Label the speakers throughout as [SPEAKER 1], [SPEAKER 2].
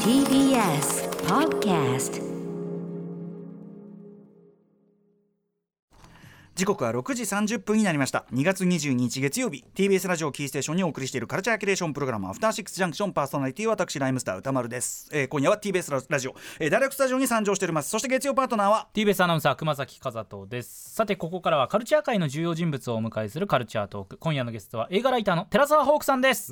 [SPEAKER 1] TBS Podcast
[SPEAKER 2] 時刻は6時30分になりました2月22日月曜日 TBS ラジオキーステーションにお送りしているカルチャーキュレーションプログラム「アフターシックスジャンクション」パーソナリティは私ライムスター歌丸です、えー今夜は TBS ラジオ、えー、ダイレクトスタジオに参上しておりますそして月曜パートナーは
[SPEAKER 3] TBS アナウンサー熊崎和人ですさてここからはカルチャー界の重要人物をお迎えするカルチャートーク今夜のゲストは映画ライターの寺澤ホークさんです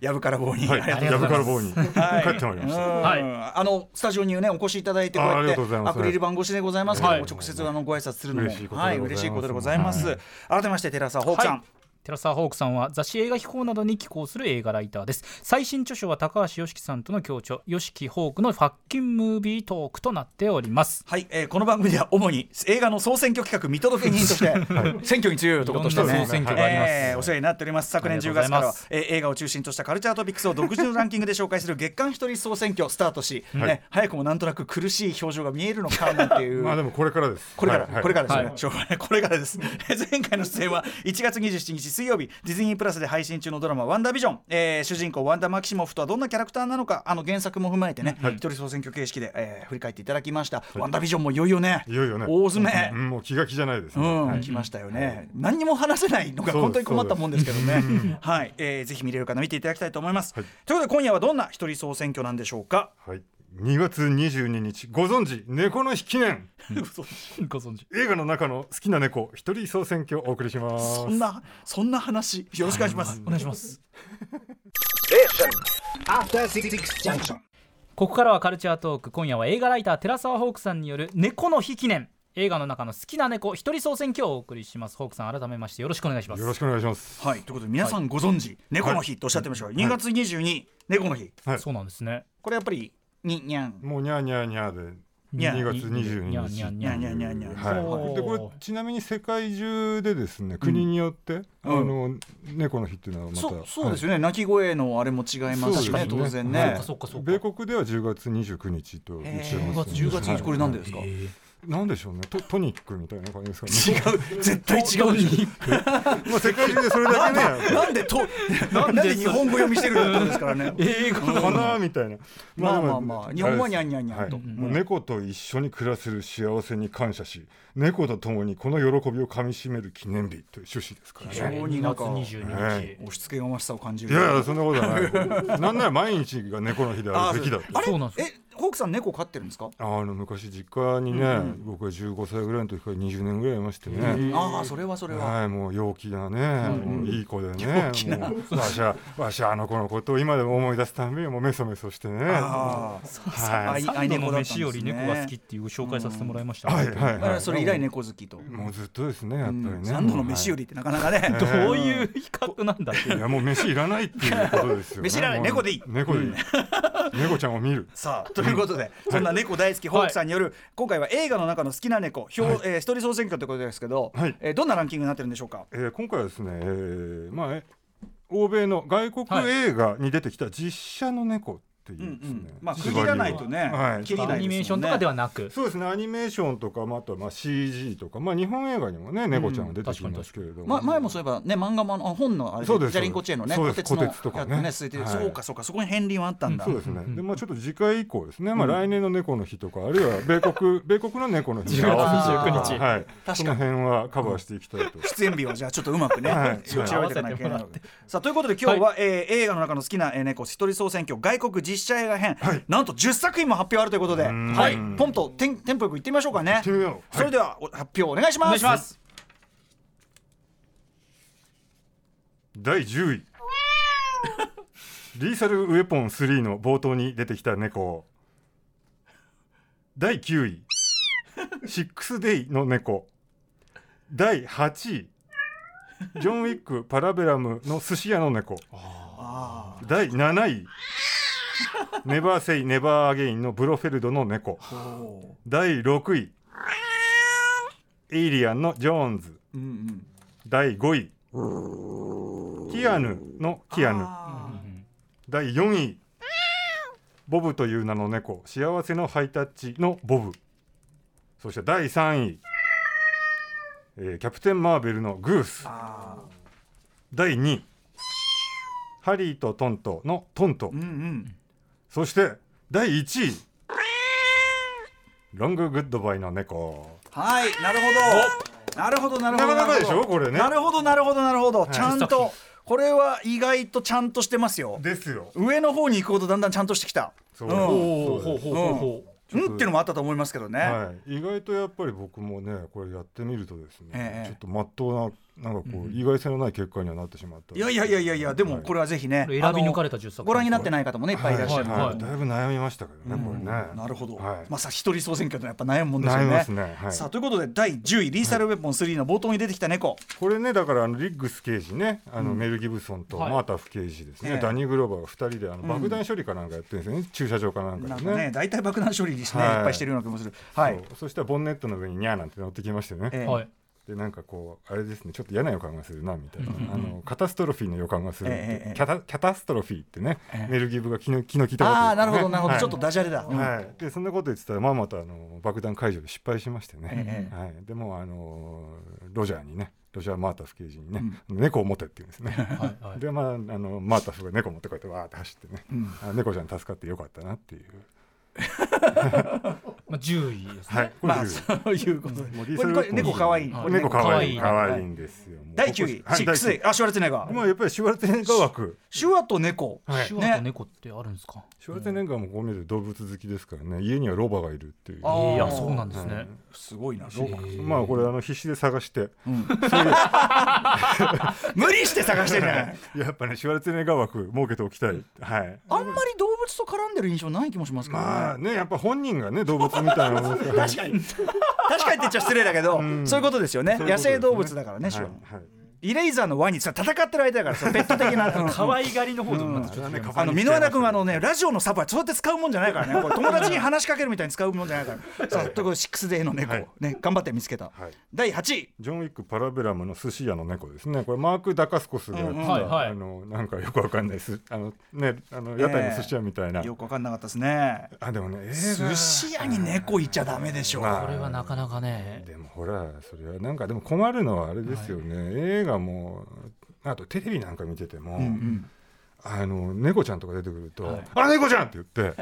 [SPEAKER 2] やぶから棒に、
[SPEAKER 4] はい、
[SPEAKER 2] ありがとう
[SPEAKER 4] ヤブカル棒に帰ってまいりました。
[SPEAKER 3] はい
[SPEAKER 2] うんあのスタジオにねお越しいただいてこう
[SPEAKER 4] ああ
[SPEAKER 2] やっ
[SPEAKER 4] りが
[SPEAKER 2] て
[SPEAKER 4] とうございます
[SPEAKER 2] アクリル板越しでございますけども、
[SPEAKER 3] はい
[SPEAKER 2] 直接あのご挨拶するのも
[SPEAKER 4] 嬉しいことでござ
[SPEAKER 2] はい
[SPEAKER 4] います
[SPEAKER 2] 嬉しいことでございます、改めまして寺澤ホークさん、
[SPEAKER 3] はい寺澤ホークさんは雑誌映画秘宝などに寄稿する映画ライターです最新著書は高橋良樹さんとの共著良樹ホークのファッキンムービートークとなっております
[SPEAKER 2] はい、えーこの番組では主に映画の総選挙企画見届け人として、 選挙に強い男として
[SPEAKER 3] いろん
[SPEAKER 2] ね
[SPEAKER 3] な総選挙があります
[SPEAKER 2] えーお世話になっております昨年
[SPEAKER 3] あり
[SPEAKER 2] 10
[SPEAKER 3] が
[SPEAKER 2] 月
[SPEAKER 3] とうござい
[SPEAKER 2] から
[SPEAKER 3] ま
[SPEAKER 2] は
[SPEAKER 3] す、
[SPEAKER 2] えー映画を中心としたカルチャートピックスを独自のランキングで紹介する月間一人総選挙スタートし、ね、早くもなんとなく苦しい表情が見えるのかなんて いう。
[SPEAKER 4] まあでもこれからです。
[SPEAKER 2] これから、
[SPEAKER 4] はいはい
[SPEAKER 2] これからですね、
[SPEAKER 3] はい
[SPEAKER 2] しょうがないこれからです 前回の出演は1月27日水曜日ディズニープラスで配信中のドラマ「ワンダービジョン」えー主人公ワンダ・マキシモフとはどんなキャラクターなのかあの原作も踏まえてね、一人総選挙形式で、えー振り返っていただきました、ワンダービジョンもいよいよね
[SPEAKER 4] いよいよね。
[SPEAKER 2] 大詰め、
[SPEAKER 4] うんもう気が気じゃないですね。
[SPEAKER 2] うん、
[SPEAKER 4] はい
[SPEAKER 2] 来ましたよね、何にも話せないのが
[SPEAKER 4] そうです
[SPEAKER 2] 本当に困ったもんですけどね、はいえーぜひ見れる方見ていただきたいと思います、
[SPEAKER 4] はい
[SPEAKER 2] ということで今夜はどんな一人総選挙なんでしょうか、
[SPEAKER 4] はい。2月22日ご存知猫の日記念
[SPEAKER 2] 嘘
[SPEAKER 3] ご存知
[SPEAKER 4] 映画の中の好きな猫一人総選挙をお送りしま す。
[SPEAKER 2] そんなそんな話よろしくお願いします、
[SPEAKER 3] お願いします
[SPEAKER 2] ジャンクション
[SPEAKER 3] ここからはカルチャートーク今夜は映画ライター寺澤ホークさんによる猫の日記念映画の中の好きな猫一人総選挙をお送りしますホークさん改めましてよろしくお願いします
[SPEAKER 4] よろしくお願いします。
[SPEAKER 2] はい、ということで皆さんご存知、猫の日とおっしゃってましたが、2月22、猫の日
[SPEAKER 4] はい
[SPEAKER 3] そうなんですね
[SPEAKER 2] これやっぱりににゃん
[SPEAKER 4] もうにゃーにゃーにゃーで
[SPEAKER 2] にゃ
[SPEAKER 4] 2月22日。
[SPEAKER 3] にゃーにゃーに
[SPEAKER 2] にゃんにゃんにゃんにゃん、
[SPEAKER 4] はい
[SPEAKER 3] おー
[SPEAKER 4] でこれちなみに世界中でですね国によって、
[SPEAKER 2] うん
[SPEAKER 4] あの猫の日っていうのはまた
[SPEAKER 2] そうそうですよね、鳴き声のあれも違いますしね
[SPEAKER 4] そうですね
[SPEAKER 2] 当然
[SPEAKER 4] は
[SPEAKER 3] そっ
[SPEAKER 2] ね
[SPEAKER 3] かそっかそっか
[SPEAKER 4] 米国では10月29日と
[SPEAKER 2] え
[SPEAKER 4] 一
[SPEAKER 2] ー
[SPEAKER 4] 応
[SPEAKER 2] 10
[SPEAKER 4] ます
[SPEAKER 2] 月29日これなんでですか、
[SPEAKER 4] なんでしょうねトトニックみたいな感じですかね
[SPEAKER 2] 違う絶対違うでし
[SPEAKER 4] まあ世界中でそれだけ
[SPEAKER 2] ょ
[SPEAKER 4] ね
[SPEAKER 2] なんでとなんで日本語読みしてるのってことですから ね
[SPEAKER 3] 英語
[SPEAKER 4] かなみたいな
[SPEAKER 2] まあまあ
[SPEAKER 4] でも
[SPEAKER 2] まあ日本は
[SPEAKER 4] れ
[SPEAKER 2] にゃん
[SPEAKER 4] です
[SPEAKER 2] にゃんにゃんと、
[SPEAKER 4] はいもう猫と一緒に暮らせる幸せに感謝し猫と共にこの喜びをかみしめる記念日という趣旨ですから
[SPEAKER 2] 非常
[SPEAKER 4] ね
[SPEAKER 2] に
[SPEAKER 3] 2
[SPEAKER 2] なん
[SPEAKER 3] 月
[SPEAKER 2] か
[SPEAKER 3] 22日
[SPEAKER 4] ね
[SPEAKER 2] 押し付けがましさを感じ
[SPEAKER 4] い
[SPEAKER 2] る
[SPEAKER 4] やいやそんなことは ないなんなら毎日が猫の日であるべきだって
[SPEAKER 2] あれ
[SPEAKER 3] そうなんです
[SPEAKER 2] えホークさん猫飼ってるんですか
[SPEAKER 4] あの昔実家にね、僕は15歳ぐらいの時から20年ぐらいいましてね、
[SPEAKER 2] ああそれはそれは、
[SPEAKER 4] はい、もう陽気なね、もういい子でね、もうわしは、わしはあの子のことを今でも思い出すたんびに、もうメソメソしてね。
[SPEAKER 2] あ
[SPEAKER 4] は
[SPEAKER 2] あ
[SPEAKER 4] い、はい、
[SPEAKER 3] サンドの飯より猫が好きっていう紹介させてもらいました、
[SPEAKER 4] はい、
[SPEAKER 2] だか
[SPEAKER 4] は
[SPEAKER 2] ら
[SPEAKER 4] い。
[SPEAKER 2] それ以来猫好きと。
[SPEAKER 4] もうずっとですね、やっぱりね。
[SPEAKER 2] サンドの飯よりってなかなか ね。
[SPEAKER 3] どういう比較なんだってい
[SPEAKER 4] はい。
[SPEAKER 3] う
[SPEAKER 4] いや、もう飯いらないっていうことですよ、ね。
[SPEAKER 2] 飯いらない
[SPEAKER 4] もう
[SPEAKER 2] 猫でいい
[SPEAKER 4] 猫でいい。猫ちゃんを見る。
[SPEAKER 2] さあということで、そんな猫大好きホークさんによる今回は映画の中の好きな猫、表えー一人総選挙ということですけど
[SPEAKER 4] はい、
[SPEAKER 2] えーどんなランキングになってるんでしょうか。
[SPEAKER 4] えー今回はですね、えーまあえ欧米の外国映画に出てきた実写の猫っていう
[SPEAKER 2] うんう
[SPEAKER 4] ですね。
[SPEAKER 2] ん。まあ区
[SPEAKER 4] 縛り
[SPEAKER 2] 切
[SPEAKER 4] を
[SPEAKER 2] らないとね
[SPEAKER 4] は、い
[SPEAKER 2] 切りな
[SPEAKER 3] ア
[SPEAKER 2] いですもんね
[SPEAKER 3] ニメーションとかではなく
[SPEAKER 4] そうですねアニメーションとか、まあ、あとはまあ CG とか、まあ、日本映画にもね猫ちゃんが出てきますけれども、
[SPEAKER 2] ま前もそういえばね漫画もあのあ本のあれ
[SPEAKER 4] そうで
[SPEAKER 2] ですジャリンコチェーンのね
[SPEAKER 4] そうです
[SPEAKER 2] の
[SPEAKER 4] 虎鉄とか
[SPEAKER 2] や
[SPEAKER 4] ね
[SPEAKER 2] ってね続いてる
[SPEAKER 4] はい
[SPEAKER 2] そうかそうかそこに片鱗はあったんだ
[SPEAKER 4] そう。ですね、でまあ、ちょっと次回以降ですね、まあ、来年の猫の日とか、ある いは米国米国の猫の日に合わせて
[SPEAKER 3] 10月29日
[SPEAKER 4] はい、
[SPEAKER 2] かに
[SPEAKER 4] その辺はカバーしていきた いと。
[SPEAKER 2] 出演日をじゃあちょっとうまくね、
[SPEAKER 4] はい
[SPEAKER 2] 調べていかなきゃいけないのでさあということで今日は、えー映画の中の好きなえー猫一人総選挙外国実写映画編、なんと10作品も発表あるということで、
[SPEAKER 4] ん
[SPEAKER 2] はい、ポンとテンテンポよくいってみましょうかね
[SPEAKER 4] っ。てみ よう
[SPEAKER 2] それではお発表お願いします。
[SPEAKER 3] お願いします
[SPEAKER 4] 第10位リーサルウェポン3の冒頭に出てきた猫第9位シックスデイの猫第8位ジョン・ウィック・パラベラムの寿司屋の猫第7位ネバー・セイ・ネバー・アゲインのブロフェルドの猫第6位エイリアンのジョーンズ
[SPEAKER 2] うんうん
[SPEAKER 4] 第5位キアヌのキアヌ
[SPEAKER 2] あ
[SPEAKER 4] 第4位ボブという名の猫幸せのハイタッチのボブそして第3位、えーキャプテン・マーベルのグース
[SPEAKER 2] ーあ
[SPEAKER 4] 第2位「ハリーとトントのトント
[SPEAKER 2] うんうん
[SPEAKER 4] そして第1位ロンググッドバイの猫
[SPEAKER 2] はいなるほどなるほどなるほど
[SPEAKER 4] なかなかでしょこれね
[SPEAKER 2] なるほどなるほどなるほど
[SPEAKER 4] い
[SPEAKER 2] ちゃんとこれは意外とちゃんとしてますよ
[SPEAKER 4] ですよ
[SPEAKER 2] 上の方に行くほどだんだんちゃんとしてきた
[SPEAKER 4] そううん
[SPEAKER 2] う
[SPEAKER 3] お
[SPEAKER 4] ほ
[SPEAKER 3] おほうほうほうほう。
[SPEAKER 4] ちょっと
[SPEAKER 2] んってのもあったと思いますけどね、
[SPEAKER 4] はい、意外とやっぱり僕もねこれやってみるとですね、
[SPEAKER 2] ええ
[SPEAKER 4] ちょっとまっとうななんかこう意外性のない結果にはなってしまった
[SPEAKER 2] いやいやいやいやいやでもこれ
[SPEAKER 4] は
[SPEAKER 2] はぜひね、
[SPEAKER 3] これ選び抜かれた
[SPEAKER 2] あの
[SPEAKER 3] 10作
[SPEAKER 2] ご覧になってない方もねいっぱいいらっしゃる、
[SPEAKER 3] はいはい
[SPEAKER 4] だいぶ悩みましたけどね、これね
[SPEAKER 2] なるほど、
[SPEAKER 4] はい
[SPEAKER 2] まあさ一人総選挙ってのはやっぱ悩むもんですよ
[SPEAKER 4] 悩み
[SPEAKER 2] ね
[SPEAKER 4] ますね、はい、
[SPEAKER 2] さあということで第10位「リーサル・ウェポン3」の冒頭に出てきた猫、
[SPEAKER 4] これねだからあのリッグス刑事ねあのメル・ギブソンと
[SPEAKER 3] はい
[SPEAKER 4] マータフ刑事ですね、
[SPEAKER 2] ええ
[SPEAKER 4] ダニー・グローバーが2人であの
[SPEAKER 2] ん
[SPEAKER 4] 爆弾処理かなんかやってるんですよね、駐車場かなん
[SPEAKER 2] な
[SPEAKER 4] か
[SPEAKER 2] ん
[SPEAKER 4] で
[SPEAKER 2] か
[SPEAKER 4] ね
[SPEAKER 2] ね大体爆弾処理ですね、
[SPEAKER 4] はい
[SPEAKER 2] い、っぱいしてるような気もするはい
[SPEAKER 4] そうそしたらボンネットの上にニャーなんて乗ってきましてね、
[SPEAKER 2] ええ
[SPEAKER 3] はい。
[SPEAKER 4] でなんかこうあれですねちょっと嫌な予感がするなみたいなあのカタストロフィーの予感がするって、
[SPEAKER 2] ええええ
[SPEAKER 4] キャタキャタストロフィーってね、
[SPEAKER 2] ええ
[SPEAKER 4] メルギブが気の気の利いたことですね
[SPEAKER 2] ああなるほどなるほど、
[SPEAKER 4] はい
[SPEAKER 2] ちょっとダジャレだ、うん
[SPEAKER 4] はい、でそんなこと言ってたらまんまとあの爆弾解除で失敗しましてね、
[SPEAKER 2] え
[SPEAKER 4] はい、でもあのロジャーにねロジャー・マータフ刑事にね、猫を持てって言うんですね、
[SPEAKER 3] はいはい。
[SPEAKER 4] でまああのマータフが猫持ってこうやってわーって走ってね、
[SPEAKER 2] ん
[SPEAKER 4] あ猫ちゃん助かってよかったなっていう、
[SPEAKER 3] まあ10位ですね。
[SPEAKER 4] はい、これ
[SPEAKER 2] まあ
[SPEAKER 4] です
[SPEAKER 2] そういうことで
[SPEAKER 4] もう
[SPEAKER 2] これこれ猫かわいい、
[SPEAKER 3] はい
[SPEAKER 2] これ
[SPEAKER 4] 猫かわいい
[SPEAKER 3] 猫
[SPEAKER 4] か
[SPEAKER 3] 可
[SPEAKER 4] わ
[SPEAKER 2] はい
[SPEAKER 4] いいんですよもう
[SPEAKER 2] 第9位、
[SPEAKER 4] はい第
[SPEAKER 2] 6
[SPEAKER 4] 九
[SPEAKER 2] 位あシュワルツェネッガ
[SPEAKER 4] ま
[SPEAKER 2] ー
[SPEAKER 4] あやっぱりシュワルツェネッガー枠
[SPEAKER 2] 手話と猫、
[SPEAKER 4] はい
[SPEAKER 3] 手話と猫ってあるんですか。
[SPEAKER 4] シュワルツェネッガーもこう見ると動物好きですからね家にはロバがいるっていう
[SPEAKER 2] あー
[SPEAKER 3] いやそうなんですね。
[SPEAKER 2] すごいな
[SPEAKER 4] ロ
[SPEAKER 3] へ
[SPEAKER 4] バ
[SPEAKER 3] ー
[SPEAKER 4] まあこれあの必死で探して
[SPEAKER 2] 無理して探してるじゃない
[SPEAKER 4] やっぱねシュワルツェネッガー枠設けておきたいはい
[SPEAKER 2] あんまり動物と絡んでる印象ない気もしますけどね、
[SPEAKER 4] まあねやっぱ本人がね動物みたいなもんですから
[SPEAKER 2] 確かに確かにって言っちゃ失礼だけど、
[SPEAKER 4] ん
[SPEAKER 2] そういうことですよね
[SPEAKER 4] そういう
[SPEAKER 2] 野
[SPEAKER 4] ことですね
[SPEAKER 2] 生動物だからね、シュワル
[SPEAKER 4] はいはい
[SPEAKER 2] イレイザーのワニさ戦ってる間だからそのペット的な
[SPEAKER 3] 可愛がりの方でもまたちょっと違います。
[SPEAKER 2] あの箕輪田君はあのねラジオのサブはそうやって使うもんじゃないからねこれ友達に話しかけるみたいに使うもんじゃないからさあということでシックスデーの猫、
[SPEAKER 4] はい
[SPEAKER 2] ね頑張って見つけた、
[SPEAKER 4] はい
[SPEAKER 2] 第8位
[SPEAKER 4] ジョン・ウィック・パラベラムの寿司屋の猫ですね、これ、マーク・ダカスコスがやって
[SPEAKER 2] うん
[SPEAKER 3] うんはいは
[SPEAKER 4] た、
[SPEAKER 3] い
[SPEAKER 4] あのなんかよくわかんないすあの、ね、あの屋台の寿司屋みたいな、
[SPEAKER 2] よく分かんなかったですね
[SPEAKER 4] あでもね、映画
[SPEAKER 2] 寿司屋に猫いちゃダメでしょ、
[SPEAKER 4] まあ
[SPEAKER 3] これはなかなかね。
[SPEAKER 4] でもほら、それはなんか、でも困るのはあれですよね、映画も、あとテレビなんか見てても、
[SPEAKER 2] うんうん
[SPEAKER 4] あの猫ちゃんとか出てくると、
[SPEAKER 3] はい
[SPEAKER 4] あ猫ちゃんって言って、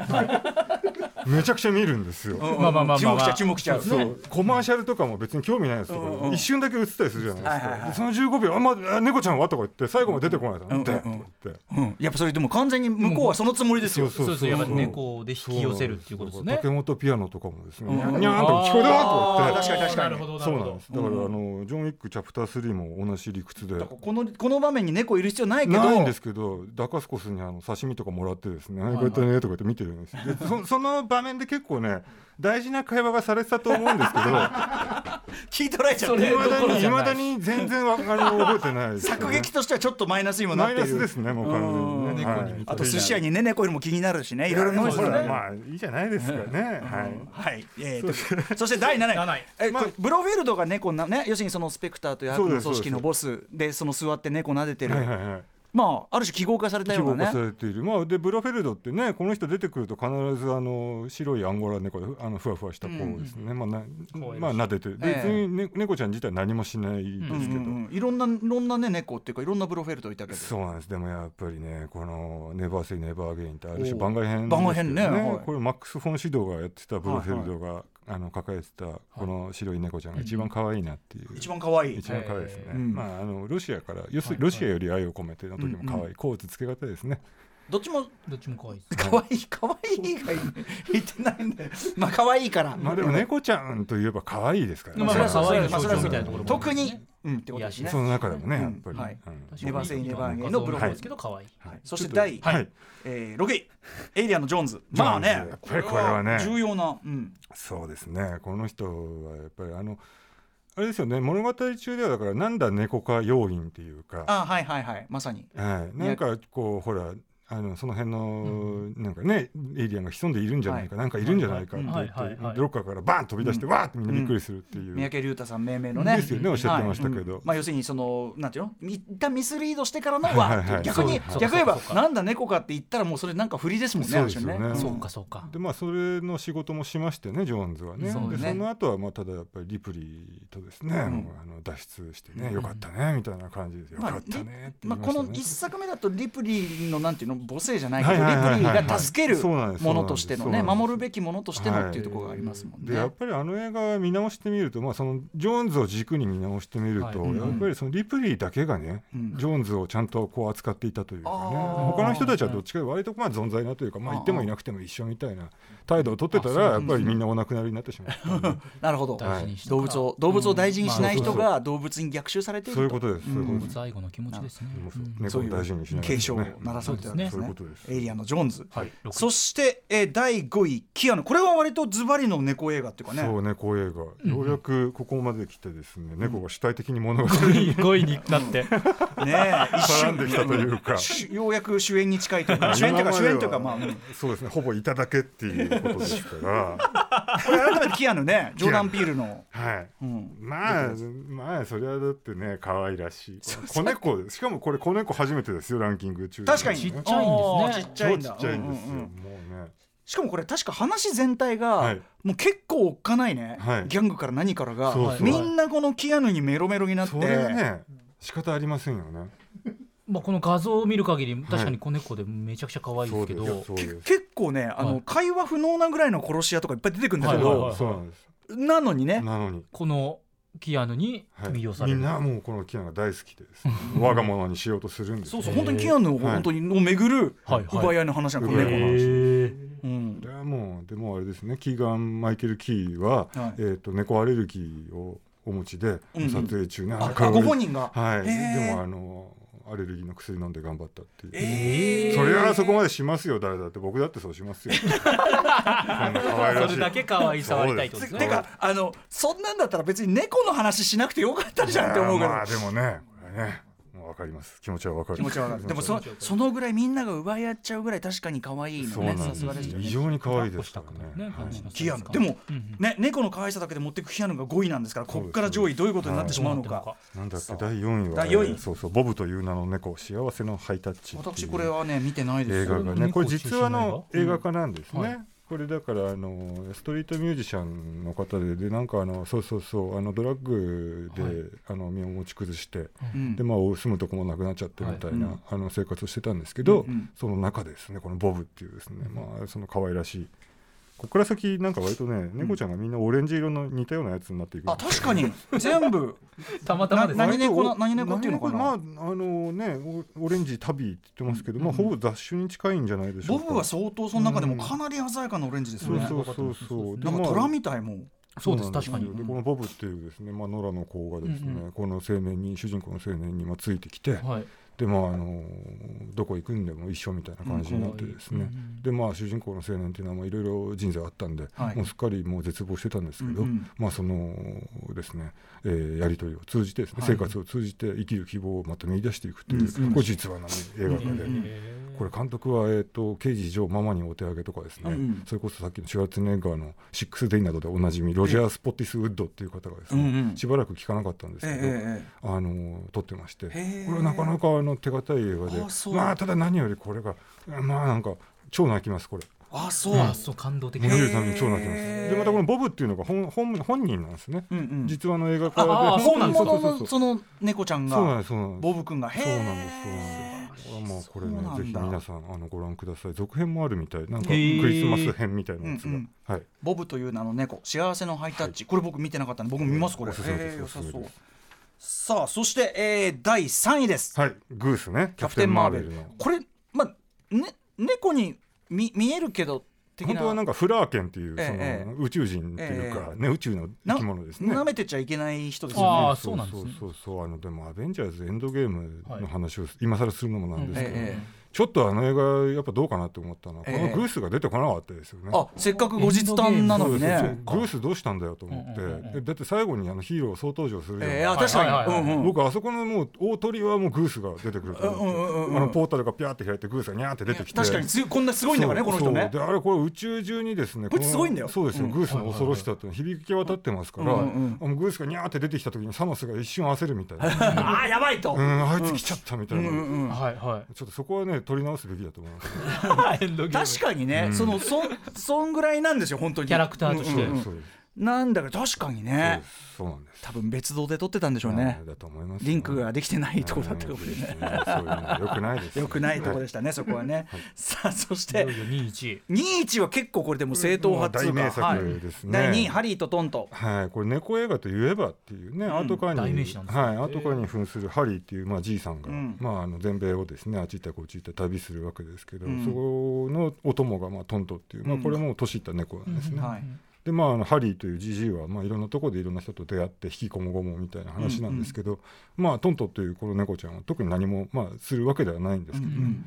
[SPEAKER 4] めちゃくちゃ見るんですよ。
[SPEAKER 2] うんうん
[SPEAKER 3] まあまあまあまあ
[SPEAKER 2] 注目しちゃう注目しちゃう
[SPEAKER 4] そうコマーシャルとかも別に興味ないやつとか、
[SPEAKER 2] うんうん
[SPEAKER 4] 一瞬だけ映ったりするじゃないですか、
[SPEAKER 2] はいはいはい
[SPEAKER 4] でその15秒「あ,、まあ、猫ちゃんは?」とか言って最後まで出てこないと思って、
[SPEAKER 2] うん
[SPEAKER 4] う
[SPEAKER 2] うんう
[SPEAKER 4] ん
[SPEAKER 2] ん
[SPEAKER 4] って
[SPEAKER 2] うん、やっぱそれでも完全に向こうはそのつもりですよ、
[SPEAKER 3] そうそうやっぱり猫で引き寄せるっていうことですね。
[SPEAKER 4] 竹本ピアノとかもですね、
[SPEAKER 2] うん
[SPEAKER 4] にゃーんと聞こえた
[SPEAKER 2] あー
[SPEAKER 4] とか
[SPEAKER 2] 確かに確か
[SPEAKER 4] 言って
[SPEAKER 2] に
[SPEAKER 3] なるほどな
[SPEAKER 4] そ
[SPEAKER 3] る
[SPEAKER 4] う
[SPEAKER 3] ほ
[SPEAKER 4] な
[SPEAKER 3] ど
[SPEAKER 4] んです。だから、あのジョン・ウィックチャプター3も同じ理屈で
[SPEAKER 2] このこの場面に猫いる必要ないけど
[SPEAKER 4] ないんですけどダカスコスにあの刺身とかもらってですね、こうやってねとか言って見てるんですよでそ その場面で結構ね大事な会話がされてたと思うんですけど
[SPEAKER 2] 聞い取られちゃっ
[SPEAKER 3] それ
[SPEAKER 2] て
[SPEAKER 4] いま
[SPEAKER 3] どころじゃ
[SPEAKER 4] だにい
[SPEAKER 3] ない
[SPEAKER 4] まだに全然わあの覚えてないですよね、
[SPEAKER 2] 作劇としてはちょっとマイナスにもなっ
[SPEAKER 4] マ
[SPEAKER 2] て
[SPEAKER 4] イ
[SPEAKER 2] る
[SPEAKER 4] ナスですねもう完全にね、
[SPEAKER 3] うん
[SPEAKER 4] はい
[SPEAKER 3] 猫に見
[SPEAKER 2] あと寿司屋にね猫よりも気になるしねいろいろ見ます
[SPEAKER 4] ほ
[SPEAKER 2] よ
[SPEAKER 4] ら
[SPEAKER 2] ね
[SPEAKER 4] まあいいじゃないですかね、はい
[SPEAKER 2] はい、えーと、そして第7位
[SPEAKER 3] 7位
[SPEAKER 2] え
[SPEAKER 4] まあ
[SPEAKER 2] これブロフィールドが猫な、ね、要するにそのスペクターという悪
[SPEAKER 4] そう
[SPEAKER 2] の
[SPEAKER 4] です
[SPEAKER 2] 組織のボスでその座って猫撫でてる、
[SPEAKER 4] はいはいはい
[SPEAKER 2] まあある種記号化された
[SPEAKER 4] 記
[SPEAKER 2] よ
[SPEAKER 4] 号
[SPEAKER 2] う
[SPEAKER 4] 化
[SPEAKER 2] な
[SPEAKER 4] さ
[SPEAKER 2] ね
[SPEAKER 4] れている、まあ、でブロフェルドってねこの人出てくると必ずあの白いアンゴラ猫であのふわふわした子ですね、まあな
[SPEAKER 3] 可愛らしい
[SPEAKER 4] まあ撫でてで
[SPEAKER 2] ええ
[SPEAKER 4] 別に、ね猫ちゃん自体何もしないですけど、
[SPEAKER 2] うんうんいろんないろんなね猫っていうかいろんなブロフィールドいたけど
[SPEAKER 4] そうなんですでもやっぱりねこの「ネバーセイネバーゲイン」ってある種
[SPEAKER 2] おう
[SPEAKER 4] 番外編
[SPEAKER 2] 番外編ね
[SPEAKER 4] ですよ
[SPEAKER 2] はい
[SPEAKER 4] これマックス・フォンシドがやってたブロフェルドが、あの抱えてたこの白い猫ちゃんが一番可愛いなっていう、
[SPEAKER 2] 一番可愛い
[SPEAKER 4] 一番可愛いですね、
[SPEAKER 3] え
[SPEAKER 2] ーうん
[SPEAKER 4] まああのロシアから要するに
[SPEAKER 3] はいは
[SPEAKER 4] ロ
[SPEAKER 3] い
[SPEAKER 4] シアより愛を込めての時も可愛い、コーツつけ方ですね
[SPEAKER 2] どっちも
[SPEAKER 3] どっちも可愛い です。
[SPEAKER 2] 可愛い可愛い以外に言ってないんだよまあ可愛いから
[SPEAKER 4] まあでも猫ちゃんといえば可愛いですからね、
[SPEAKER 3] まあ
[SPEAKER 2] そりゃそう
[SPEAKER 3] 可愛い
[SPEAKER 2] まあそりゃそう
[SPEAKER 4] 象徴みたいなところも
[SPEAKER 2] 特にうんってことですね
[SPEAKER 3] いや
[SPEAKER 4] その中でもねやっぱり、
[SPEAKER 2] うんはい
[SPEAKER 4] うん
[SPEAKER 2] ネバーセイネバーゲインのブロ
[SPEAKER 3] 画像で
[SPEAKER 4] フィールド
[SPEAKER 3] すけど可愛い。
[SPEAKER 4] はい
[SPEAKER 2] そして第
[SPEAKER 4] はい、
[SPEAKER 2] えー、6位エイリアンのジョーンズ
[SPEAKER 4] ジョ
[SPEAKER 2] ま
[SPEAKER 4] ー
[SPEAKER 2] あ
[SPEAKER 4] ンズ
[SPEAKER 2] ね
[SPEAKER 4] やっぱりこれはね
[SPEAKER 2] 重要な、うん、
[SPEAKER 4] そうですねこの人はやっぱりあのあれですよね物語中ではだからなんだ猫か要因っていうか
[SPEAKER 2] あはいはいはいまさに
[SPEAKER 4] はい、なんかこうほらあのその辺のなんかねエイリアンが潜んでいるんじゃないか、なんかいるんじゃないかって言って、
[SPEAKER 3] はいはいはい
[SPEAKER 4] どっかからバーン飛び出して、わーってみんなびっくりするっていう、
[SPEAKER 2] 三宅龍太さん命名のね。
[SPEAKER 4] ですよねおっしゃってましたけど
[SPEAKER 2] はいうんまあ要するにそのなんていうの一旦ミスリードしてからの
[SPEAKER 4] はいはいは
[SPEAKER 2] はい逆に
[SPEAKER 3] そうそう
[SPEAKER 2] 逆に言えば
[SPEAKER 3] そうそう
[SPEAKER 2] なんだ猫かって言ったらもうそれなんか振りですもんね。
[SPEAKER 4] そうですよね
[SPEAKER 2] ある種
[SPEAKER 4] うん
[SPEAKER 3] そうかそうか。
[SPEAKER 4] でまあそれの仕事もしましてねジョーンズはね
[SPEAKER 3] そ
[SPEAKER 4] そう
[SPEAKER 3] ね
[SPEAKER 4] でその後はまあただやっぱりリプリーとですね、
[SPEAKER 2] うん
[SPEAKER 4] もうあの脱出してねよかったねみたいな感じですよ
[SPEAKER 2] まあ
[SPEAKER 4] かったねって
[SPEAKER 2] ま
[SPEAKER 4] 言
[SPEAKER 2] あ、こ
[SPEAKER 4] いまし
[SPEAKER 2] の
[SPEAKER 4] たね
[SPEAKER 2] 一作目だとリプリーのなんていうの母性じゃないけど
[SPEAKER 4] はいはいはいはい
[SPEAKER 2] リプリーが助ける
[SPEAKER 4] そうなんです
[SPEAKER 2] ものとしての
[SPEAKER 4] そうな
[SPEAKER 2] ね
[SPEAKER 4] んです
[SPEAKER 2] 守るべきものとしてのっていうところがありますもん
[SPEAKER 4] で
[SPEAKER 2] ね。
[SPEAKER 4] やっぱりあの映画見直してみると、まあ、そのジョーンズを軸に見直してみると、
[SPEAKER 3] はい
[SPEAKER 4] やっぱりそのリプリーだけがね、
[SPEAKER 2] うん
[SPEAKER 4] ジョーンズをちゃんとこう扱っていたというかね
[SPEAKER 2] あー
[SPEAKER 4] 他の人たちはどっちかというと割とまあ存在なというか、まあ、
[SPEAKER 2] あー
[SPEAKER 4] いてもいなくても一緒みたいな態度を取ってた
[SPEAKER 3] あそう
[SPEAKER 4] ら
[SPEAKER 3] な
[SPEAKER 4] や
[SPEAKER 2] んです
[SPEAKER 4] っ
[SPEAKER 2] ね
[SPEAKER 4] ぱりみんなお亡くなりになってしまったん で
[SPEAKER 2] なるほど
[SPEAKER 3] 大事にして
[SPEAKER 2] 動物を動物を大事にしない人
[SPEAKER 4] まあ
[SPEAKER 2] が動物に逆襲されてい
[SPEAKER 4] そうい
[SPEAKER 2] る
[SPEAKER 4] うことですそういうこと
[SPEAKER 3] 動
[SPEAKER 4] です
[SPEAKER 3] 物愛護の気持ちですね。うん
[SPEAKER 4] 猫
[SPEAKER 2] そう
[SPEAKER 4] を
[SPEAKER 2] いう
[SPEAKER 4] 大事にしないとね
[SPEAKER 2] 継承を鳴らそうってわけです
[SPEAKER 4] そういう
[SPEAKER 2] ね
[SPEAKER 4] ことです。
[SPEAKER 2] エイリアンのジョーンズ。
[SPEAKER 3] はい。六
[SPEAKER 2] そして、えー第5位「キアヌ」これは割とズバリの猫映画っていうかね
[SPEAKER 4] そうね、こういう映画、ようやくここまで来てですね、猫が主体的に物語に
[SPEAKER 3] 位5位になって。
[SPEAKER 2] ね え一
[SPEAKER 4] 絡んできたというか。
[SPEAKER 2] 瞬ようやく主演に近いというか主演というか主演というかまあ、うん
[SPEAKER 4] そうですね、ほぼいただけっていうことで すから。
[SPEAKER 2] これ改めてキアヌ ねジョーダン・ピールの、
[SPEAKER 4] はい。
[SPEAKER 2] うん、
[SPEAKER 4] まあ、まあ、それはだってね、可愛らしい。子猫です、しかもこれ子猫初めてですよ、ランキング中。
[SPEAKER 2] 確かに
[SPEAKER 4] ね
[SPEAKER 3] ちっちゃいんですね
[SPEAKER 2] あーちっちゃ
[SPEAKER 4] 超
[SPEAKER 2] いん
[SPEAKER 4] ち
[SPEAKER 2] だ
[SPEAKER 4] っちゃいんです
[SPEAKER 2] う
[SPEAKER 4] よ。
[SPEAKER 2] んうん
[SPEAKER 4] も
[SPEAKER 2] うん
[SPEAKER 4] うね。
[SPEAKER 2] しかもこれ確か話全体が、
[SPEAKER 4] はい
[SPEAKER 2] もう結構おっかないね、
[SPEAKER 4] はい
[SPEAKER 2] ギャングから何からが
[SPEAKER 4] そう
[SPEAKER 3] そう
[SPEAKER 2] みんなこのキアヌにメロメロになって
[SPEAKER 4] それはね、仕方ありませんよね。
[SPEAKER 3] まあこの画像を見る限り確かに子猫でめちゃくちゃ可愛いですけど。
[SPEAKER 4] そうです。
[SPEAKER 2] 結構ねあの、
[SPEAKER 3] はい
[SPEAKER 2] 会話不能なぐらいの殺し屋とかいっぱい出てくるんだ
[SPEAKER 4] そ
[SPEAKER 2] け
[SPEAKER 4] う
[SPEAKER 2] ど、
[SPEAKER 3] はいはいはい
[SPEAKER 4] そうなんです。
[SPEAKER 2] なのにね
[SPEAKER 4] なのに。
[SPEAKER 3] このキアヌに
[SPEAKER 4] はい
[SPEAKER 3] 魅了される。
[SPEAKER 4] みんなもうこのキアヌが大好き でですね、我が物にしようとするんです
[SPEAKER 2] そ
[SPEAKER 4] よ
[SPEAKER 2] うそう
[SPEAKER 3] へー
[SPEAKER 2] 本当にキアヌを本当にを巡る
[SPEAKER 3] はいはい
[SPEAKER 2] 奪い合いの話なのこの
[SPEAKER 4] へ
[SPEAKER 2] 猫の
[SPEAKER 4] ー
[SPEAKER 2] 話。
[SPEAKER 3] へ
[SPEAKER 2] うん
[SPEAKER 4] これはもうでもあれですねキーガン・マイケル・キー
[SPEAKER 2] は
[SPEAKER 4] は、
[SPEAKER 2] い
[SPEAKER 4] えー、と猫アレルギーをお持ちで
[SPEAKER 2] うんうん
[SPEAKER 4] 撮影中に、あ
[SPEAKER 2] あ
[SPEAKER 4] かわいい
[SPEAKER 2] ご本人が
[SPEAKER 4] はい
[SPEAKER 2] へー
[SPEAKER 4] でもあのアレルギーの薬飲んで頑張ったっていう、
[SPEAKER 2] えー
[SPEAKER 4] それはそこまでしますよ誰だって僕だってそうし ますよこん
[SPEAKER 3] ーそ
[SPEAKER 4] な可愛らし
[SPEAKER 3] れ
[SPEAKER 4] い
[SPEAKER 3] だけ可愛い触りたいってことです
[SPEAKER 2] て
[SPEAKER 3] ね。
[SPEAKER 2] てかあのそんなんだったら別に猫の話しなくてよかったじゃんって思うけど
[SPEAKER 4] まあでもねこれはねもう分かります気持ちは分かる
[SPEAKER 2] 気持ちは わかるでもそそのぐらいみんなが奪い合っちゃうぐらい確かに可愛いの
[SPEAKER 4] そうな
[SPEAKER 2] ね
[SPEAKER 4] ん
[SPEAKER 2] さ
[SPEAKER 4] ですす
[SPEAKER 2] がですよ
[SPEAKER 4] 非
[SPEAKER 2] ね
[SPEAKER 4] 常に可愛
[SPEAKER 3] 抱っ
[SPEAKER 4] いで
[SPEAKER 3] こし
[SPEAKER 4] す
[SPEAKER 3] た
[SPEAKER 4] か
[SPEAKER 3] く
[SPEAKER 4] ら
[SPEAKER 3] なる
[SPEAKER 4] ね
[SPEAKER 3] ね感じの
[SPEAKER 2] キアヌ
[SPEAKER 3] サ
[SPEAKER 2] で
[SPEAKER 3] イズ感
[SPEAKER 2] も
[SPEAKER 3] うんうん
[SPEAKER 2] ね猫の可愛さだけで持っていくキアヌが5位なんですからここから上位どういうことになってしまうのか
[SPEAKER 4] なんだっけ第4位は
[SPEAKER 2] 第四位
[SPEAKER 4] そうそうボブという名の猫幸せのハイタッチっていう
[SPEAKER 2] 私これはね見てないで
[SPEAKER 4] 映
[SPEAKER 2] す
[SPEAKER 4] 画がねこれ実話の
[SPEAKER 3] うん
[SPEAKER 4] 映画化なんですね、
[SPEAKER 3] はい
[SPEAKER 4] これだからあのストリートミュージシャンの方ででなんかあのそうそうそうあのドラッグで、
[SPEAKER 3] はい
[SPEAKER 4] あの身を持ち崩して
[SPEAKER 2] うん
[SPEAKER 4] でまあ住むとこもなくなっちゃってみたいな、
[SPEAKER 2] はいうん
[SPEAKER 4] あの生活をしてたんですけど、
[SPEAKER 2] うんうん
[SPEAKER 4] その中でですねこのボブっていうですねまあその可愛らしいここから先なんか割とね猫ちゃんがみんなオレンジ色の似たようなやつになっていくん
[SPEAKER 2] あ
[SPEAKER 4] です
[SPEAKER 2] 確
[SPEAKER 4] よ
[SPEAKER 2] かに全部
[SPEAKER 3] たまたまですね
[SPEAKER 2] な。何猫な何猫っていうのかな
[SPEAKER 4] 何猫まああのねオオレンジタビーって言ってますけど、まあほぼ雑種に近いんじゃない でしょ
[SPEAKER 2] ボ
[SPEAKER 4] うか
[SPEAKER 2] ブは相当その中でもかなり鮮やかなオレンジです
[SPEAKER 4] そ
[SPEAKER 2] よ
[SPEAKER 4] う
[SPEAKER 2] ね
[SPEAKER 4] そうそうそう。
[SPEAKER 2] なんか
[SPEAKER 4] でま
[SPEAKER 2] 虎
[SPEAKER 4] あ
[SPEAKER 2] みたいもん
[SPEAKER 3] そうです
[SPEAKER 4] なんよ
[SPEAKER 3] 確かに。
[SPEAKER 4] でこのボブっていうですね、まあ野良の子がですね、
[SPEAKER 3] うんう
[SPEAKER 4] この青年に主人公の青年にまあついてきて、
[SPEAKER 3] はい。
[SPEAKER 4] でまああのどこ行くんでも一緒みたいな感じになってですね。
[SPEAKER 3] うん
[SPEAKER 4] でまあ主人公の青年っていうのはまあいろいろ人生あったんで、
[SPEAKER 2] はい
[SPEAKER 4] もうすっかりもう絶望してたんですけど、
[SPEAKER 2] うんうん
[SPEAKER 4] まあそのですね、えーやり取りを通じてですね、
[SPEAKER 2] はい
[SPEAKER 4] 生活を通じて生きる希望をまた見出していくという、
[SPEAKER 2] うんうん
[SPEAKER 4] これ実話な映画化で。
[SPEAKER 2] うん
[SPEAKER 4] これ監督は、えー、と刑事上ママにお手上げとかですね、
[SPEAKER 2] うん
[SPEAKER 4] それこそさっきのシュワルツェネッガーの「シックス・デイ」などでおなじみロジャー・スポティス・ウッドっていう方がですね、
[SPEAKER 2] うんうん
[SPEAKER 4] しばらく聞かなかったんです
[SPEAKER 2] ええ
[SPEAKER 4] けど、
[SPEAKER 2] ええ
[SPEAKER 4] あの撮ってましてこ
[SPEAKER 2] へえ
[SPEAKER 4] れはなかなかあの手堅い映画で
[SPEAKER 2] あそう
[SPEAKER 4] まあただ何よりこれがまあなんか超泣きますこれ。
[SPEAKER 2] あそう
[SPEAKER 3] あそう感動的
[SPEAKER 4] 見
[SPEAKER 2] へ
[SPEAKER 4] る
[SPEAKER 2] ー
[SPEAKER 4] ために超泣きますでまたこのボブっていうのが本本本人なんですね、
[SPEAKER 2] うんうん
[SPEAKER 4] 実話の映画化で
[SPEAKER 3] ああそうなんです
[SPEAKER 4] そ
[SPEAKER 2] 本
[SPEAKER 4] うそう
[SPEAKER 2] 物の
[SPEAKER 4] そうそ
[SPEAKER 2] その猫ちゃん
[SPEAKER 4] うなんで
[SPEAKER 2] が
[SPEAKER 4] すそうなんです
[SPEAKER 2] ボブ君がへ
[SPEAKER 4] そうなんです、そう
[SPEAKER 2] え
[SPEAKER 4] なんです。これはまあこれ
[SPEAKER 2] そうなんだ
[SPEAKER 4] ね、ぜひ皆さんあのご覧ください。続編もあるみたい。なんかク
[SPEAKER 3] へー
[SPEAKER 4] リスマス編みたいなやつが。
[SPEAKER 2] うんうん
[SPEAKER 4] はい。
[SPEAKER 2] ボブという名の猫幸せのハイタッチ、これ僕見てなかったんで僕も見ますこれ
[SPEAKER 4] おすすめです
[SPEAKER 2] へえ良さ
[SPEAKER 4] おすす
[SPEAKER 2] そ
[SPEAKER 4] め
[SPEAKER 2] う
[SPEAKER 4] で
[SPEAKER 2] さあそして、えー第3位です、
[SPEAKER 4] はい。グースね。
[SPEAKER 2] キャプテンマーベル
[SPEAKER 4] キャプテンマ
[SPEAKER 2] これまあね猫に見見えるけど的な
[SPEAKER 4] 本当はなんかフラーケンっていう
[SPEAKER 2] えええ
[SPEAKER 4] その宇宙人っていうかね宇宙の生き物ですね。
[SPEAKER 2] な舐めてちゃいけない人ですよね
[SPEAKER 3] ああそうなんですね
[SPEAKER 4] そうそうそうあのでもアベンジャーズエンドゲームの話を今更するのもなんですけど、
[SPEAKER 2] ええ
[SPEAKER 4] ちょっとあの映画やっぱどうかなって思ったのは、
[SPEAKER 2] ええ
[SPEAKER 4] このグースが出てこなかったですよね。
[SPEAKER 2] あせっかくご実談なのに
[SPEAKER 4] そうそう
[SPEAKER 2] ね。
[SPEAKER 4] そうグースどうしたんだよと思って、
[SPEAKER 3] うんうんうん
[SPEAKER 4] えだって最後にあのヒーロー総登場するじゃない
[SPEAKER 2] えー、あ確か
[SPEAKER 3] はい
[SPEAKER 2] に
[SPEAKER 3] はいはい
[SPEAKER 2] うんうん。
[SPEAKER 4] 僕あそこのもう大鳥はもうグースが出てくると思って、
[SPEAKER 2] うんうんうんうん
[SPEAKER 4] あのポータルがピャーって開いてグースがニャーって出てきて
[SPEAKER 2] 確かにつこんなすごいんだからねこの人ね
[SPEAKER 4] そう。そうであれこれ宇宙中にですね
[SPEAKER 2] こいつすごいんだよ
[SPEAKER 4] このそうですよ、
[SPEAKER 2] うん
[SPEAKER 4] グースの恐ろしさっていうの響き渡ってますから、
[SPEAKER 2] うんうん
[SPEAKER 4] あのグースがニャーって出てきた時にサノスが一瞬焦るみたい な
[SPEAKER 2] ああやばいと。
[SPEAKER 4] う
[SPEAKER 2] うん
[SPEAKER 4] んあいつ来ちゃったみた
[SPEAKER 2] う
[SPEAKER 4] いな、
[SPEAKER 2] んうん。
[SPEAKER 3] はいは
[SPEAKER 4] ちょっとそこはね取り直すべきだと思いますね、
[SPEAKER 3] いエンドゲーム
[SPEAKER 2] 確かにね、
[SPEAKER 4] うん
[SPEAKER 2] そのそそんぐらいなんですよ本当に
[SPEAKER 3] キャラクターとして
[SPEAKER 2] うんうんうん
[SPEAKER 4] そうです
[SPEAKER 2] なんだか確かに
[SPEAKER 4] そう
[SPEAKER 2] ね
[SPEAKER 4] ですそうなんです
[SPEAKER 2] 多分別動で撮ってたんでしょうね
[SPEAKER 4] はいだと思います
[SPEAKER 2] リンクができてないいとこだったかもしれない
[SPEAKER 4] そういうのよくないです
[SPEAKER 2] 良くないとこ
[SPEAKER 4] で
[SPEAKER 2] でしたねそこはねさあそし
[SPEAKER 3] い
[SPEAKER 2] て
[SPEAKER 3] よいよ21位
[SPEAKER 2] 21は結構これでも正統派っつう
[SPEAKER 4] 大
[SPEAKER 2] か
[SPEAKER 4] 名
[SPEAKER 2] はい
[SPEAKER 4] 作ですね、
[SPEAKER 2] 第2位ハリーとトント
[SPEAKER 4] はい、これ猫映画といえばっていうね、アートカーに、
[SPEAKER 3] 代名詞なんですね
[SPEAKER 4] はい、アートカーに扮するハリーっていうまあじいさんが、
[SPEAKER 2] うん
[SPEAKER 4] まああの全米をですねあっち行ったりこっち行ったり旅するわけですけど、
[SPEAKER 2] うん
[SPEAKER 4] そこのお供がまあトントっていう、まあこれも年いった猫なんですね。
[SPEAKER 2] はい
[SPEAKER 4] でまああのハリーというじじいはまあいろんなところでいろんな人と出会って引きこもごもみたいな話なんですけど、まあトントというこの猫ちゃんは特に何もまあするわけではないんですけど、
[SPEAKER 3] うんうん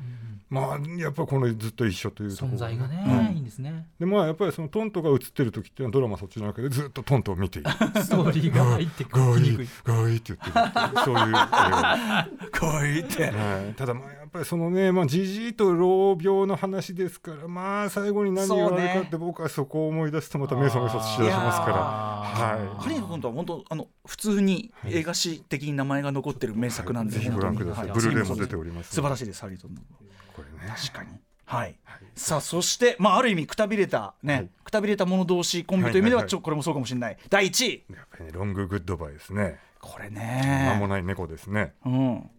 [SPEAKER 4] まあやっぱこのずっと一緒というところ
[SPEAKER 3] 存在がね、
[SPEAKER 2] うん
[SPEAKER 3] いいんですね
[SPEAKER 4] でまあやっぱりそのトントが映ってる時っていうのはドラマそっちの中でずっとトントを見ている。
[SPEAKER 3] ストーリーが入ってく
[SPEAKER 4] ガ
[SPEAKER 3] る
[SPEAKER 4] ー
[SPEAKER 3] き
[SPEAKER 4] リ
[SPEAKER 3] にく
[SPEAKER 4] ー
[SPEAKER 3] い、
[SPEAKER 4] ガーリーって言ってるっていう、そういう映画、
[SPEAKER 2] こいって
[SPEAKER 4] はい、ただまあやっぱりそのね、まあ、じじいと老病の話ですから、まあ最後に何がある
[SPEAKER 2] そ
[SPEAKER 4] か
[SPEAKER 2] う
[SPEAKER 4] っ
[SPEAKER 2] ね
[SPEAKER 4] て、僕はそこを思い出すとまた目覚めさせしだしますから。
[SPEAKER 3] あー
[SPEAKER 4] はい
[SPEAKER 2] ハリーとトントは本当あの普通に映画史的に名前が残ってる名作なんで
[SPEAKER 4] ぜひご覧ください。
[SPEAKER 2] 本
[SPEAKER 4] ブ
[SPEAKER 2] 当
[SPEAKER 4] ル
[SPEAKER 2] に
[SPEAKER 4] ーレイ
[SPEAKER 2] は
[SPEAKER 4] も出ております。
[SPEAKER 2] 素晴らしいですハリーとトント
[SPEAKER 4] これね。
[SPEAKER 2] 確かに。はい、さあそして、まあ、ある意味くたびれた、ね
[SPEAKER 4] はい
[SPEAKER 2] くたびれた者同士コンビという意味では
[SPEAKER 4] はいはいはい
[SPEAKER 2] ちょこれもそうかもしれない第1位
[SPEAKER 4] やっぱりね、ロンググッドバイですね。
[SPEAKER 2] これ
[SPEAKER 4] 間も
[SPEAKER 2] ね、
[SPEAKER 4] ない猫ですね。
[SPEAKER 2] うん、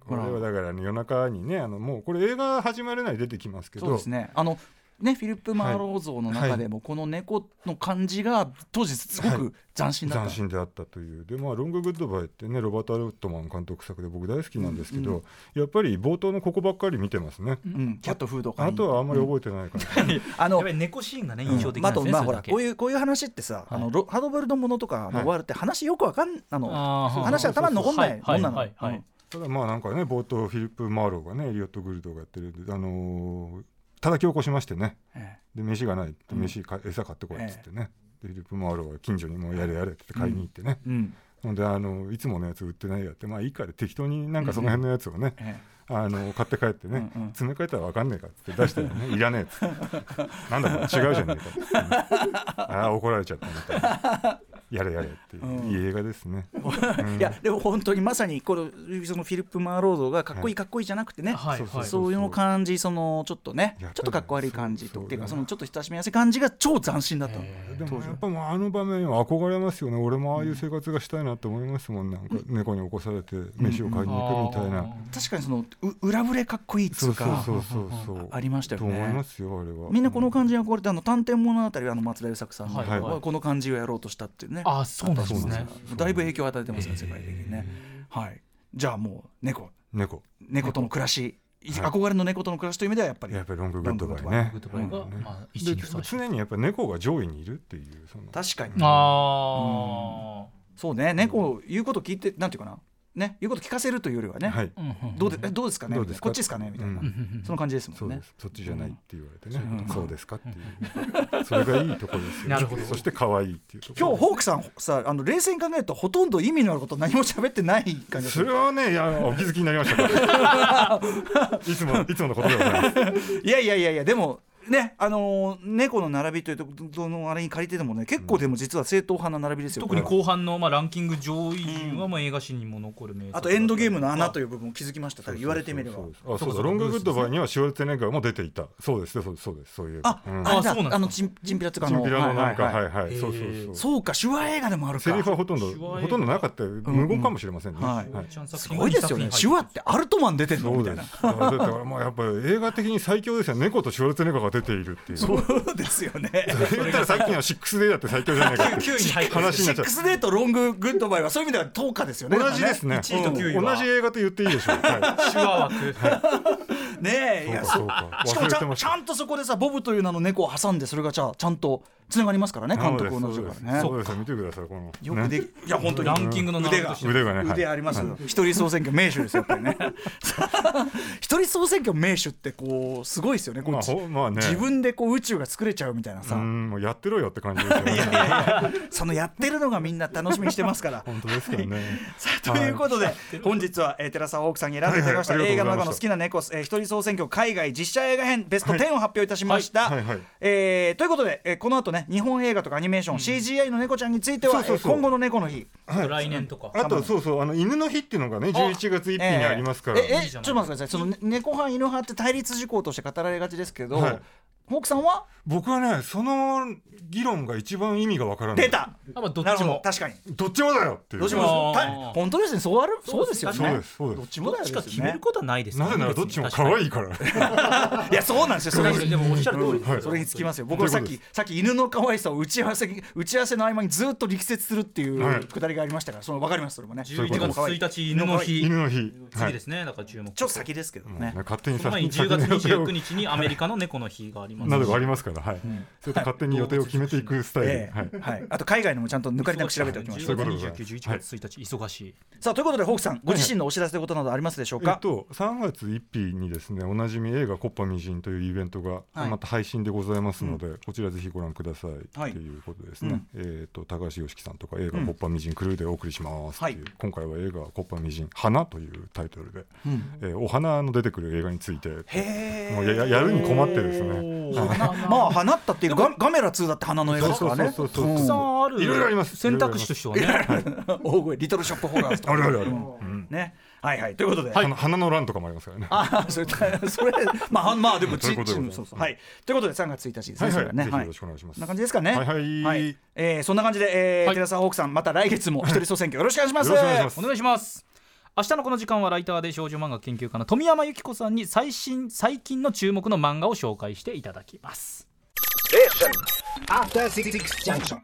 [SPEAKER 4] これはだからね、夜中にね、あのもうこれ映画始まるなり出てきますけ
[SPEAKER 2] そうで
[SPEAKER 4] ど
[SPEAKER 2] す。ねあのねフィリップ・マーロー像の中でも、この猫の感じが当時すご
[SPEAKER 4] は
[SPEAKER 2] く斬新だった、
[SPEAKER 4] 斬新であったというでまあロンググッドバイってねロバート・アルットマン監督作で僕大好きなんですけど、やっぱり冒頭のここばっかり見てますね、
[SPEAKER 2] うん、キャットフードか
[SPEAKER 4] あとはあんまり覚えてないから、
[SPEAKER 2] あ
[SPEAKER 3] や
[SPEAKER 2] の
[SPEAKER 3] っぱり猫シーンがね印象的
[SPEAKER 2] ま
[SPEAKER 3] な
[SPEAKER 2] ああと
[SPEAKER 3] んですね、
[SPEAKER 2] まあ
[SPEAKER 3] そ
[SPEAKER 2] ほ
[SPEAKER 3] れ
[SPEAKER 2] ら
[SPEAKER 3] だけ
[SPEAKER 2] こういうこういう話ってさ、あのロハードボイルドものとかの
[SPEAKER 4] はい
[SPEAKER 2] 終わるって話よくわかんあの、
[SPEAKER 3] あー
[SPEAKER 2] 話頭に残んないもんなの。
[SPEAKER 3] はいはいはいはい
[SPEAKER 2] うん
[SPEAKER 4] ただまあなんかね冒頭フィリップ・マーローがねエリオット・グルドがやってるあのー叩き起こしましてね
[SPEAKER 2] ええ
[SPEAKER 4] で飯がない飯か、餌買ってこいっつってね、でフィリップ・マーローが近所にもうやれやれって買いに行ってね、
[SPEAKER 2] うん
[SPEAKER 4] ほんであのいつものやつ売ってないやってまあいいから適当になんかその辺のやつをね、
[SPEAKER 2] ええ
[SPEAKER 4] あの買って帰ってね、
[SPEAKER 2] うんうん
[SPEAKER 4] 詰め替えたら分かんねえかっつって出したら ねいらねえっつってなんだこれ違うじゃねえかっつってねああ怒られちゃったみたいなやれやれっていう、
[SPEAKER 2] うん
[SPEAKER 4] いい映画です ね
[SPEAKER 2] いやでも本当にまさにこのそのフィリップ・マーロードがかっこいいかっこいいじゃなくてね、
[SPEAKER 3] はい
[SPEAKER 4] そうそう
[SPEAKER 2] そういうの感じそのちょっとね
[SPEAKER 4] いや
[SPEAKER 2] ちょっとかっこ悪い感じと
[SPEAKER 4] そう
[SPEAKER 2] っていうか
[SPEAKER 4] そ
[SPEAKER 2] そう
[SPEAKER 4] だ
[SPEAKER 2] のちょっと親しみやすい感じが超斬新だったの
[SPEAKER 3] へ
[SPEAKER 4] で
[SPEAKER 2] 当
[SPEAKER 4] も
[SPEAKER 2] 時
[SPEAKER 4] や
[SPEAKER 2] は
[SPEAKER 4] っぱもうあの場面は憧れますよね俺もああいう生活がしたいなと思いますもんなんか猫に起こされて飯を買いに行くみたいな、
[SPEAKER 3] あー
[SPEAKER 2] 確かにそのう裏ぶれかっこいいっつ
[SPEAKER 4] そううそう
[SPEAKER 2] か
[SPEAKER 4] そうそうそう
[SPEAKER 2] ありましたよ
[SPEAKER 4] と思いま
[SPEAKER 2] ね。
[SPEAKER 4] すよあれは
[SPEAKER 2] みんなこの感じがこれてあの探偵物語はあの松田優作さんが、
[SPEAKER 3] はい
[SPEAKER 4] はい
[SPEAKER 2] この感じをやろうとしたっていうね
[SPEAKER 3] あそうなんです
[SPEAKER 4] そうな
[SPEAKER 3] ね
[SPEAKER 4] んですよ
[SPEAKER 2] だいぶ影響を与えてますね世界的にね。はい、じゃあもう猫
[SPEAKER 4] 猫
[SPEAKER 2] 猫との暮らし、い
[SPEAKER 4] はい
[SPEAKER 2] 憧れの猫との暮らしという意味ではやっぱり
[SPEAKER 4] やっぱりロンググッドバイ
[SPEAKER 2] ロン
[SPEAKER 4] ね
[SPEAKER 3] グッドバイが、
[SPEAKER 4] うん
[SPEAKER 3] まあ一
[SPEAKER 4] で
[SPEAKER 3] 位にふさわしい
[SPEAKER 4] 常にやっぱ猫が上位にいるっていうその
[SPEAKER 2] 確かに
[SPEAKER 3] あ
[SPEAKER 2] そうね猫を言うこと聞いてなんていうかなね言うこと聞かせるというよりはね、
[SPEAKER 4] はい
[SPEAKER 3] あ、うんうんうん
[SPEAKER 2] どうでえどうですかね
[SPEAKER 4] どうですか
[SPEAKER 2] こっちですかねみたいな、
[SPEAKER 4] うん
[SPEAKER 2] その感じです
[SPEAKER 4] そ
[SPEAKER 2] も
[SPEAKER 4] うんで
[SPEAKER 2] ね
[SPEAKER 4] す。そっちじゃないって言われてね、
[SPEAKER 2] うん
[SPEAKER 4] そうですかって いう。それがいいところですよ。
[SPEAKER 3] なるほど
[SPEAKER 4] そして可愛いっていうとこ
[SPEAKER 2] 今
[SPEAKER 4] ろ。
[SPEAKER 2] 日ホークさんさあの冷静に考えるとほとんど意味のあること何も喋ってない感じがす
[SPEAKER 4] それ
[SPEAKER 2] る
[SPEAKER 4] はね、いや、お気づきになりましたか。 いつも、いつものことでございます。
[SPEAKER 2] いやいやいやいやでもねあのー猫の並びというとどのあれに借りてでもね結構でも実は正統派な並びですよ、
[SPEAKER 3] 特に後半の、まあ、ランキング上位陣は、まあ、映画史にも残る名作
[SPEAKER 2] あとエンドゲームの穴と
[SPEAKER 3] い
[SPEAKER 2] い
[SPEAKER 3] う
[SPEAKER 2] う部分を気づきましただから 言われてみれば
[SPEAKER 4] そうそうそうあ、そうだ、ロンググッドバイにはシュワルツェネッガーも出ていた。そうですよ、そうです、そうです、そういう。
[SPEAKER 2] あ、
[SPEAKER 4] うん
[SPEAKER 2] あれ
[SPEAKER 3] あそうなんです
[SPEAKER 2] だ
[SPEAKER 3] か
[SPEAKER 2] あのチンチンピラっていうかあ
[SPEAKER 4] チンピラのなんか、
[SPEAKER 2] はいはいは
[SPEAKER 4] は
[SPEAKER 2] い
[SPEAKER 4] いはい、
[SPEAKER 3] へー
[SPEAKER 4] そうそうそう。
[SPEAKER 2] そうか手話映画でもあるか
[SPEAKER 4] セリフはほとんど
[SPEAKER 3] 手話映、画
[SPEAKER 4] ほとんどなかったよ、無言かもしれませんね。
[SPEAKER 2] はい
[SPEAKER 4] はい
[SPEAKER 2] すごいですよね手話ってアルトマン出てるの
[SPEAKER 4] そ
[SPEAKER 2] み
[SPEAKER 4] う
[SPEAKER 2] たい
[SPEAKER 4] で
[SPEAKER 2] な
[SPEAKER 4] す。だからだからまあやっぱり映画的に最強ですよ。猫とシュワルツェネッガーが出ているっていう。
[SPEAKER 2] そうですよ ね
[SPEAKER 4] 言ったらさっきのシックスデイだって最強じゃないか って
[SPEAKER 3] 9位に入って
[SPEAKER 4] 話に
[SPEAKER 2] シ
[SPEAKER 4] なっ
[SPEAKER 2] ッ
[SPEAKER 4] ちゃう
[SPEAKER 2] クスデートロンググッドバイはそういう意味では等価ですよね。
[SPEAKER 4] 同じですね
[SPEAKER 2] だから
[SPEAKER 3] 1位と9位
[SPEAKER 4] うん
[SPEAKER 3] は
[SPEAKER 4] 同じ映画と言っていい でしょう、は
[SPEAKER 3] 手話枠
[SPEAKER 2] ねえい
[SPEAKER 4] い、
[SPEAKER 2] や
[SPEAKER 4] そ
[SPEAKER 2] そうう
[SPEAKER 4] か
[SPEAKER 2] し
[SPEAKER 4] そ
[SPEAKER 2] か
[SPEAKER 4] うか
[SPEAKER 2] もち
[SPEAKER 4] 忘れ
[SPEAKER 2] ゃ
[SPEAKER 4] て
[SPEAKER 2] ん
[SPEAKER 4] まし
[SPEAKER 2] ちゃ
[SPEAKER 4] た
[SPEAKER 2] んとそこでさボブという名の猫を挟んでそれがじゃあちゃんとつながりますからね監督
[SPEAKER 4] そ
[SPEAKER 2] 同
[SPEAKER 4] う
[SPEAKER 2] じだ
[SPEAKER 4] で
[SPEAKER 2] か
[SPEAKER 4] す
[SPEAKER 2] らね
[SPEAKER 4] そうです見てくださいこの
[SPEAKER 2] よくで
[SPEAKER 4] ね
[SPEAKER 2] き、いや本当に
[SPEAKER 3] ランキングの
[SPEAKER 2] 腕
[SPEAKER 3] ナンバ
[SPEAKER 2] が
[SPEAKER 3] ーとして
[SPEAKER 4] 腕がねはい
[SPEAKER 2] 腕あります
[SPEAKER 4] は
[SPEAKER 2] よ一人総選挙名手ですよやっぱりね 一人総選挙名手ってこうすごいですよねこう
[SPEAKER 4] まあほまあね
[SPEAKER 2] 自分でこう宇宙が作れちゃうみたいな
[SPEAKER 4] う
[SPEAKER 2] さ、
[SPEAKER 4] んもうやってろよって感じですよね
[SPEAKER 2] そのやってるのがみんな楽しみにしてますから。
[SPEAKER 4] 本当ですけどね
[SPEAKER 2] さあということで、本日は、えー、寺澤ホークさんに選んでいただきました、
[SPEAKER 4] はいはいあ
[SPEAKER 2] 映
[SPEAKER 4] り
[SPEAKER 2] 画
[SPEAKER 4] が
[SPEAKER 2] の
[SPEAKER 4] と
[SPEAKER 2] 中の
[SPEAKER 4] うございました
[SPEAKER 2] 好きな猫、えー、一人総選挙海外実写映画編ベスト10を発表いたしました。
[SPEAKER 4] はいはいはい
[SPEAKER 2] えーということで、えーこの後ね日本映画とかアニメーション、CGI の猫ちゃんについては
[SPEAKER 4] そうそうそう
[SPEAKER 2] えー今後の猫の日
[SPEAKER 4] はい
[SPEAKER 3] 来年とか
[SPEAKER 4] あとそうそうあの犬の日っていうのがね11月1日にありますから、
[SPEAKER 2] えーえ
[SPEAKER 3] いい
[SPEAKER 2] えち
[SPEAKER 3] じ
[SPEAKER 2] ょ
[SPEAKER 3] ゃない
[SPEAKER 2] っと待ってくださいそのね猫派犬派って対立事項として語られがちですけど、
[SPEAKER 4] はい
[SPEAKER 2] ホークさんは
[SPEAKER 4] 僕はねその議論が一番意味がわからない
[SPEAKER 2] 出た
[SPEAKER 3] あまあどっ
[SPEAKER 2] なる
[SPEAKER 3] ち
[SPEAKER 2] ほど
[SPEAKER 3] も
[SPEAKER 2] 確かに
[SPEAKER 4] どっちもだよっていう
[SPEAKER 2] どっちも
[SPEAKER 3] あ
[SPEAKER 2] た
[SPEAKER 3] ー
[SPEAKER 2] 本当ですねそうあるそうですよね
[SPEAKER 4] そうですそうです
[SPEAKER 2] どっちもだよ
[SPEAKER 3] どっ
[SPEAKER 2] です
[SPEAKER 3] ち
[SPEAKER 2] よね
[SPEAKER 3] か決めることはないですね
[SPEAKER 4] なぜならどっちも可
[SPEAKER 3] い
[SPEAKER 4] 愛いから
[SPEAKER 2] いやそうなんですよそれ
[SPEAKER 3] でもおっしゃる通りですよ、
[SPEAKER 4] はい
[SPEAKER 2] それにつきますすよ僕はさっ
[SPEAKER 4] という
[SPEAKER 2] きさっき犬の可愛さを打ち合わせに打ち合わせの合間にずっと力説するっていう
[SPEAKER 4] はい
[SPEAKER 2] くだりがありましたからその分かりますそれもね
[SPEAKER 4] ういうこ
[SPEAKER 3] 11
[SPEAKER 4] と
[SPEAKER 3] 月1日犬の日
[SPEAKER 4] 犬の日
[SPEAKER 3] 次ですね、だから注目
[SPEAKER 2] ちょっと先ですけど
[SPEAKER 4] はい
[SPEAKER 2] ね
[SPEAKER 4] もうね勝手に
[SPEAKER 3] その
[SPEAKER 4] さ
[SPEAKER 3] 前に10月29日にアメリカの猫の日があります
[SPEAKER 4] などがありますからはい、それと勝手に予定を決めていくスタイル、
[SPEAKER 2] ええ
[SPEAKER 4] はい
[SPEAKER 2] はいあと海外のもちゃんと抜かりなく調べておきまし
[SPEAKER 4] そ
[SPEAKER 2] た
[SPEAKER 4] ういうことで
[SPEAKER 3] 10月29、11月1日、忙しい。
[SPEAKER 2] さあということでホークさんご自身のお知らせということなどありますでしょう
[SPEAKER 4] えっ
[SPEAKER 2] か
[SPEAKER 4] と、3月1日にですねおなじみ映画「コッパみじん」というイベントが
[SPEAKER 2] はい
[SPEAKER 4] また配信でございますので、こちらぜひご覧くださいと、、
[SPEAKER 2] はいいう
[SPEAKER 4] ことですね、
[SPEAKER 2] うん
[SPEAKER 4] えっと高橋良樹さんとか映画
[SPEAKER 2] う
[SPEAKER 4] 「
[SPEAKER 2] ん
[SPEAKER 4] コッパみじんクルー」でお送りしますっていう、
[SPEAKER 2] はい
[SPEAKER 4] 今回は映画「コッパみじん花」というタイトルで、
[SPEAKER 2] うん
[SPEAKER 4] えーお花の出てくる映画について
[SPEAKER 2] へえ
[SPEAKER 4] もうやややるに困ってですね
[SPEAKER 2] まあ放ったっていうガガメラ2だって花の映画ですからね
[SPEAKER 4] そうそうそうそう
[SPEAKER 2] うん
[SPEAKER 3] たくさんある
[SPEAKER 4] いろいろあります
[SPEAKER 3] 選択肢としてはね。
[SPEAKER 2] 大声リトルショップホラーズとか
[SPEAKER 4] あるあるある、
[SPEAKER 2] うんねはいはいということで
[SPEAKER 4] 花花の欄とかもありますからね
[SPEAKER 2] ああ、それ、 それ、まあはん、まあ、でも、
[SPEAKER 4] そ
[SPEAKER 2] ち、
[SPEAKER 4] ういうこと
[SPEAKER 2] ち
[SPEAKER 4] でござい
[SPEAKER 2] ん、
[SPEAKER 4] ます
[SPEAKER 2] そうそう、はい、ということで、3月1日ですね、
[SPEAKER 4] はいは
[SPEAKER 2] そ
[SPEAKER 4] い
[SPEAKER 2] れがね、
[SPEAKER 4] ぜひ
[SPEAKER 2] は
[SPEAKER 4] よ
[SPEAKER 2] い
[SPEAKER 4] ろし。くお願いしま
[SPEAKER 2] こ
[SPEAKER 4] す
[SPEAKER 2] んな感じですかね。
[SPEAKER 4] はいはい
[SPEAKER 2] えーそんな感じで、えー
[SPEAKER 3] はい
[SPEAKER 2] 寺澤ホークさん、また来月も一人総選挙よろしくお願いします。
[SPEAKER 4] よろしくお願いします
[SPEAKER 3] お願いします明日のこの時間はライターで少女漫画研究家の富山由紀子さんに最新最近の注目の漫画を紹介していただきます
[SPEAKER 1] After Six Junction.